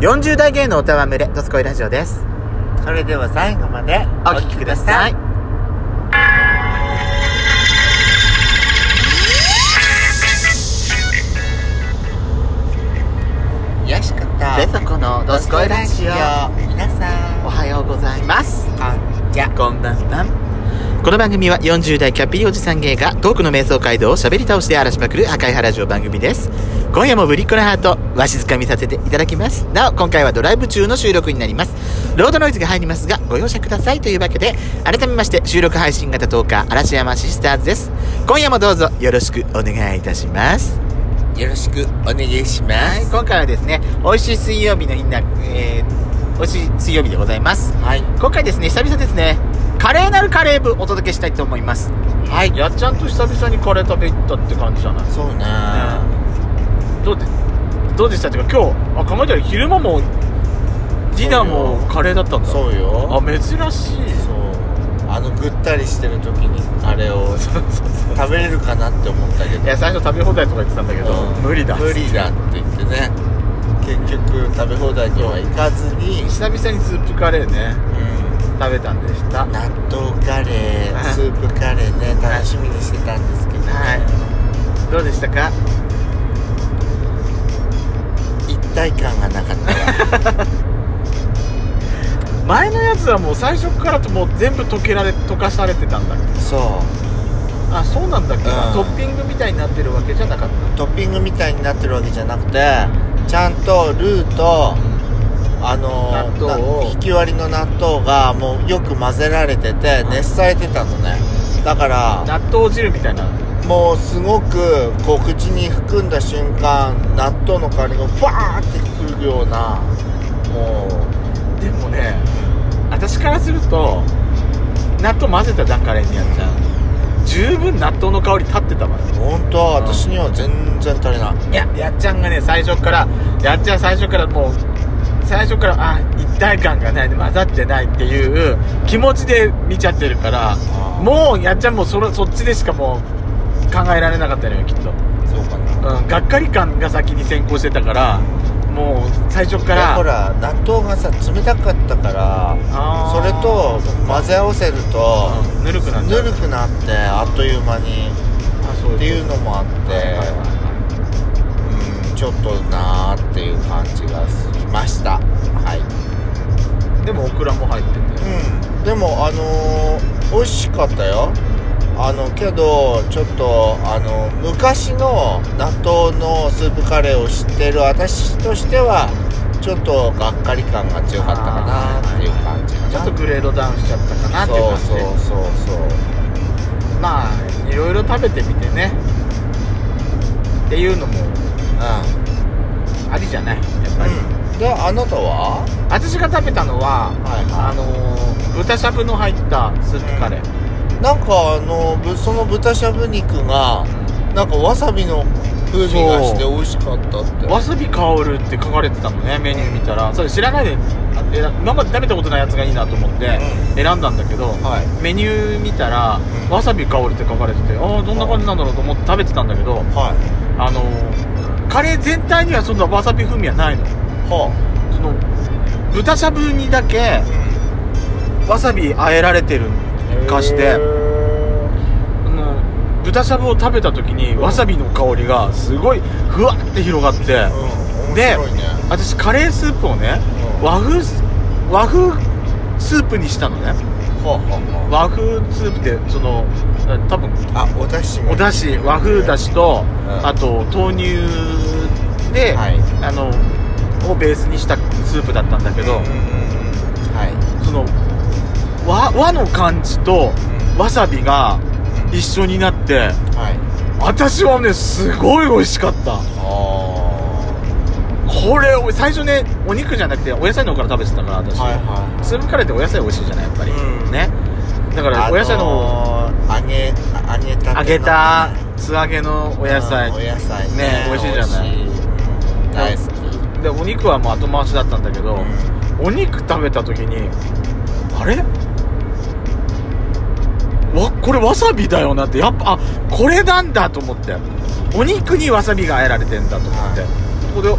40代芸のおたわむれ、どすこいラジオです。それでは最後までお聞きください。い。よしこと。でそこのどすこいラジオ。皆さん、おはようございます。こんにちは。こんばんは。この番組は40代キャッピーおじさん芸がトークの瞑想街道を喋り倒して荒らしまくる破壊ハラジオ番組です。今夜もぶりっ子のハート、わしづかみさせていただきます。なお、今回はドライブ中の収録になります。ロードノイズが入りますが、ご容赦くださいというわけで、改めまして収録配信型トーカー、嵐山シスターズです。今夜もどうぞよろしくお願いいたします。よろしくお願いしまはい、す。今回はですね、美味しい水曜日のインナー、えー、美味しい水曜日でございます。はい。今回ですね、久々ですね、カレーなるカレー部お届けしたいと思います。はい。やっちゃんと久々にカレー食べ行ったって感じじゃないそうね。どうで、どうでしたっていうか、今日、あ、考えたら昼間も、ディナーもカレーだったんだ。そうよ。あ、珍し い。そう。あの、ぐったりしてる時に、あれをそうそうそう食べれるかなって思ったけど。いや、最初食べ放題とか言ってたんだけど、うん無理だ。無理だって言ってね。結局、食べ放題には行かずに、久々にスープカレーね、食べたんでした。納豆カレはいー、スープカレーね、はい楽しみにしてたんですけど、ねはい。どうでしたか一体感がなかったわ前のやつはもう最初からともう全部溶けられ溶かされてたんだっけそあそうなんだっけ、うんトッピングみたいになってるわけじゃなかっうトッピングみたいになってるわけじゃなくてちゃんとルーとあの納豆をな引き割りの納豆がもうよく混ぜられててうん熱されてたのねだからた納豆汁みたいなもうすごくこう口に含んだ瞬間納豆の香りがファーってくるようなもうでもね私からすると納豆混ぜた段階でやっちゃん十分納豆の香り立ってたわよ本当うん私には全然足りないいややっちゃんがね最初からやっちゃん最初からもう最初からあ一体感がない混ざってないっていう気持ちで見ちゃってるからーもうやっちゃんもうそれそっちでしかもう考えられなかったのよきっと、そうかなうん、がっかり感が先に先行してたからもう最初かいやらほら納豆がさ冷たかったからあそれーとそっか混ぜ合わせるとうんぬるくなっちぬゃうるくなってあっという間にあそうってういうのもあっはいはいてはうんちょっとなーっていう感じがしましたはいいでもオクラも入っててうんでもあのー美味しかったよあのけどちょっとあの昔の納豆のスープカレーを知ってる私としてはちょっとがっかり感が強かったかなっていう感じかなちょっとグレードダウンしちゃったかなっていうそう感じそうそうそうまあいろいろ食べてみてねっていうのもうありじゃないやっぱり、ん、うん、であなたは私が食べたのは、はいあのー豚しゃぶの入ったスープカレー、なんかあのぶその豚しゃぶ肉がなんかわさびの風味がして美味しかったってわさび香るって書かれてたのねメニュー見たらそれ知らないであえら今まで食べたことないやつがいいなと思ってう選んだんだけど、はいメニュー見たら、うんわさび香るって書かれててああどんな感じなんだろうと思って食べてたんだけどはいあのーカレー全体にはそんなわさび風味はないのはその豚しゃぶにだけあ、わさびあえられてるかしてへーあの豚しゃぶを食べた時にうんわさびの香りがすごいふわって広がってうんで面白いね私カレースープをねうん和風ス和風スープにしたのねはあは和風スープでその多分あはああおだしもおだし和風だしとうんあと豆乳で、はいあのをベースにしたスープだったんだけど、うんうんうんはいその和和の感じとわさびが一緒になってはい私はねすごい美味しかったあこれお最初ねお肉じゃなくてお野菜の方から食べてたからー私、はいはいスープカレーってお野菜美味しいじゃないやっぱり、うんねだからお野菜のあのー揚げ揚げたての揚げた素揚げのお野菜うんお野菜ね美味しいじゃない美味しいうん大好きでお肉はもう後回しだったんだけど、お肉食べた時にあれわこれわさびだよなってやっぱあこれなんだと思ってお肉にわさびがあえられてんだと思って、そこで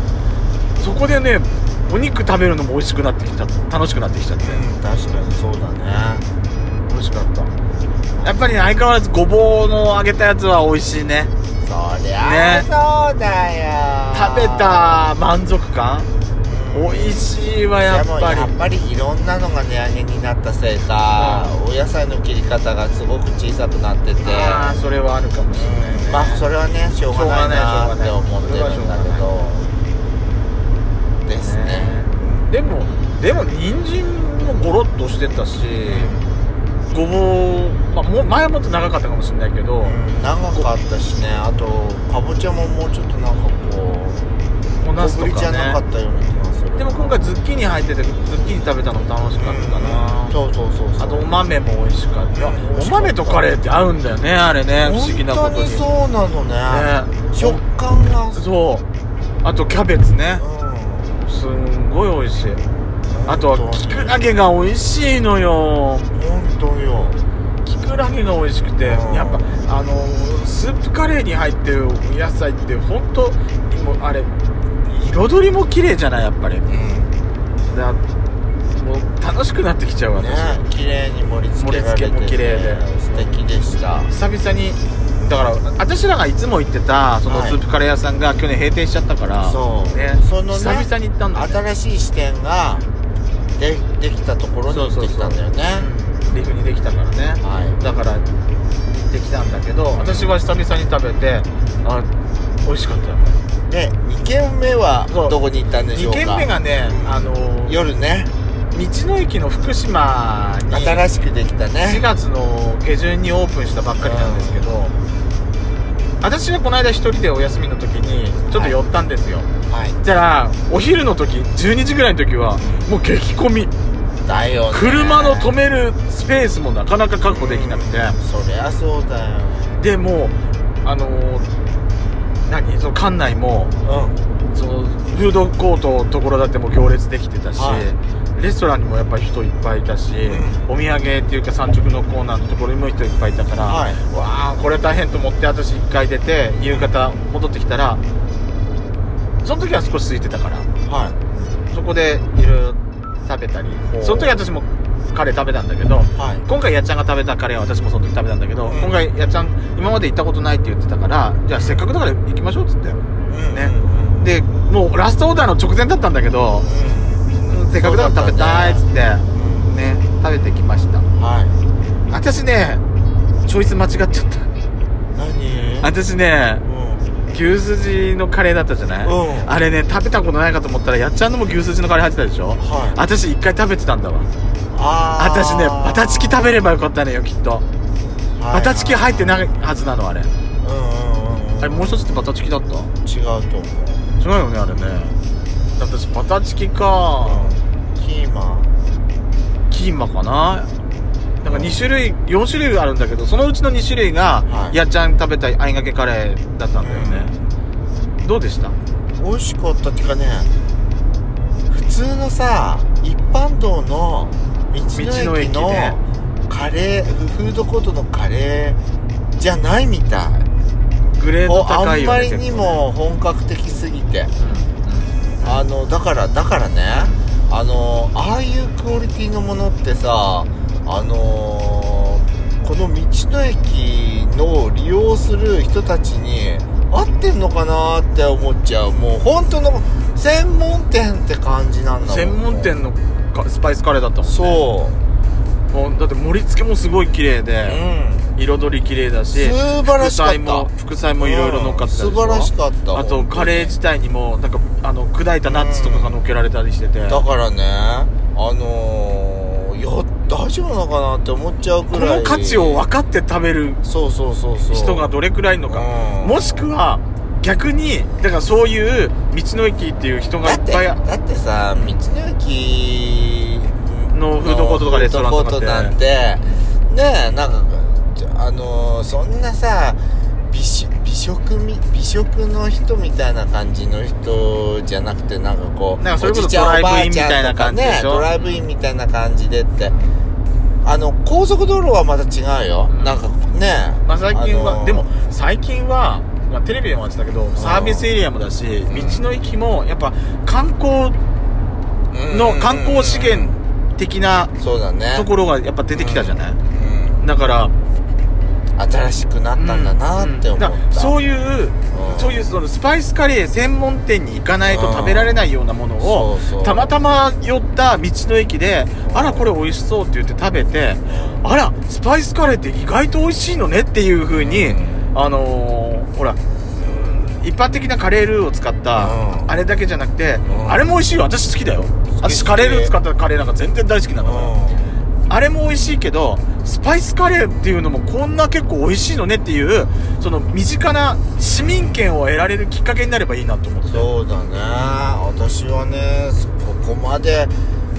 そこでねお肉食べるのも美味しくなってきちゃった楽しくなってきちゃってうん確かにそうだね美味しかったやっぱりね相変わらずごぼうの揚げたやつは美味しいねそりゃねあそうだよ、食べた満足感うん美味しいわやっでもぱりやっぱりいろんなのが値上げになったせいか、お野菜の切り方がすごく小さくなっててああそれはあるかもしれないね、まあそれはねしょうがないなって思ってるんだけしょうどですねでもでも人参もゴロッとしてたしごぼう、まあ、もう前はもっと長かったかもしれないけど、うん長かったしねあとかぼちゃももうちょっとなんかこおうな小すとぶりじかゃなかねったような気がするでも今回ズッキーニ入っててズッキーニ食べたの楽しかったな、うんそうそうそうそうあとお豆も美味しかったうんお豆とカレーって合うんだよねあれね不思議なこ本と当ににそうなのねね食感がそうあとキャベツねうすんごい美味しいんあとはきくらげが美味しいのよ本当よきくらげが美味しくてうんやっぱあのースープカレーに入ってるお野菜って本当もうあれ彩りも綺麗じゃないやっぱりうんだもう楽しくなってきちゃうわね私綺麗に盛り付けられてて盛り付けも綺麗で素敵でした久々にだから私らがいつも行ってたそのはいスープカレー屋さんが去年閉店しちゃったからそう、ねそのね久々に行ったんだよね新しい視点がでできたところに行ってきたんだよねリフにできたからねはいだから行ってきたんだけど私は久々に食べてあ美味しかったよで2軒目はそうどこに行ったんでしょ2うか軒目がねあのー夜ね道の駅の福島に4新しくできたね月の下旬にオープンしたばっかりなんですけど私はこの間一人でお休みの時にちょっと寄ったんですよ、はいじゃあお昼の時12時ぐらいの時はもう激混みだよね車の止めるスペースもなかなか確保できなくて、そりゃそうだよでもうあのー何その館内もうんそのフードコートのところだってもう行列できてたし、はレストランにもやっぱり人いっぱいいたし、うお土産っていうか産直のコーナーのところにも人いっぱいいたから、はいわあこれ大変と思って私1回出て夕方戻ってきたらその時は少し空いてたからはそこでいろいろ食べたりほうその時は私もカレー食べたんだけどいはい今回やっちゃんが食べたカレーは私もその時食べたんだけど、うん今回やっちゃん今まで行ったことないって言ってたからじゃあせっかくだから行きましょうっつってうんねうんでもうラストオーダーの直前だったんだけどうんせっかくだから食べたいっつってうんね食べてきましたはい私ねチョイス間違っちゃった何私ねうん牛すじのカレーだったじゃない、うんあれね食べたことないかと思ったらやっちゃんのも牛すじのカレー入ってたでしょ、はい私一回食べてたんだわあー私ねバタチキ食べればよかったのよきっとはいバタチキ入ってないはずなのあれあうんうんうんれもう一つってバタチキだった違うと思う違うよねあれね私バタチキかキーマンキーマかななんか2種類4種類あるんだけどそのうちの2種類が、はいやっちゃん食べたあいがけカレーだったんだよね、どうでした美味しかったっていうかね普通のさ一般道の道の駅道の駅のねカレーフフードコートのカレーじゃないみたい、グレードおあ高んいよまねりにも本格的すぎて結構ねあのだからだからねあのああいうクオリティのものってさあのこの道の駅の利用する人たちに合ってんのかなって思っちゃうもう本当の専門店って感じなんうんだもん専門店のかスパイスカレーだったもんねそうもうだって盛り付けもすごい綺麗うで、ん彩り綺麗だし素晴らしかった副菜も副菜もいろいろ乗っかってたでしょうん素晴らしかったあと本当にカレー自体にもなんかあの砕いたナッツとかが乗っけられたりしてて、だからねあのいや大丈夫なのかなって思っちゃうくこらいの価値を分かって食べるそうそうそうそう人がどれくらいいるのかうんもしくは逆にだからそういう道の駅っていう人がだいっってぱいだってさ道の駅のフードコートとかレストランとかってフードコートなんてねえなんかちょあのーそんなさ美食美食み美食の人みたいな感じの人じゃなくてなんかこうなんかそれおこそじちゃんドおばライブインあちゃんとかみたいな感じでねしょドライブインみたいな感じでってあの高速道路はまた違うよ、うんなんかねえまあ、最近は、あのーでも最近は、まあ、テレビでもやってたけどサービスエリアもだし道の駅もやっぱ観光の観光資源的なそうだねところがやっぱ出てきたじゃない、うんだから新しくなったんだなって思った、うんだからそういういう、んそういうそのスパイスカレー専門店に行かないと食べられないようなものを、うんそうそうたまたま寄った道の駅で、うんあらこれ美味しそうって言って食べて、あらスパイスカレーって意外と美味しいのねっていう風に、うんあのーほら一般的なカレールーを使った、うんあれだけじゃなくて、うんあれも美味しいよ私好きだよ好き私カレールー使ったカレーなんか全然大好きなのよ、あれも美味しいけどスパイスカレーっていうのもこんな結構美味しいのねっていうその身近な市民権を得られるきっかけになればいいなと思ってそうだね私はねここまで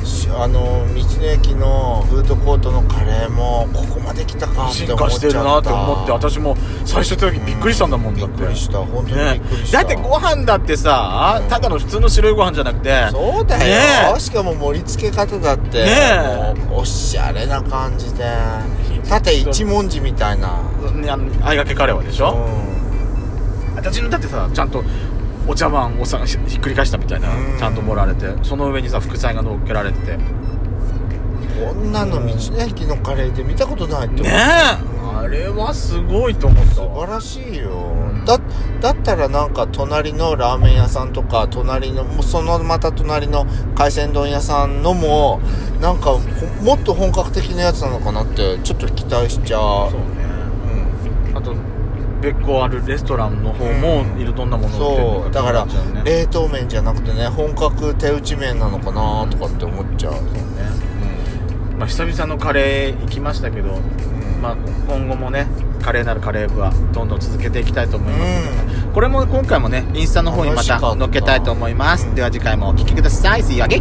しあの道の駅のフードコートのカレーもここまで来たかって進思っちゃった化してるなって思って私も最初行った時びっくりしたんだもんだうって、びっくりした本当にびっくりしだた、ってご飯だってさただの普通の白いご飯じゃなくてそうだよ、ねえしかも盛り付け方だって、ねえもうおしゃれな感じで縦一文字みたいなねあのあいがけカレーはでしうょ、ん私のだってさちゃんとお茶碗をさひひっくり返したみたいな、うんちゃんと盛られてその上にさ副菜が乗っけられててねこんなの道の駅のカレーで見たことないって思えうあれはすごいと思った素わ晴らしいよ、んだだったらなんか隣のラーメン屋さんとか隣のもうそのまた隣の海鮮丼屋さんのもなんかほもっと本格的なやつなのかなってちょっと期待しちゃうそうねうんあと別個あるレストランの方うもんいろんなものそうだからね冷凍麺じゃなくてね本格手打ち麺なのかなとかって思っちゃう、うんまあ、久々のカレー行きましたけど、まあ、今後もねカレーなるカレー部はどんどん続けていきたいと思います、これも今回もねインスタの方にま楽しかったた載っけたいと思います、うんでは次回もお聴きください See you again!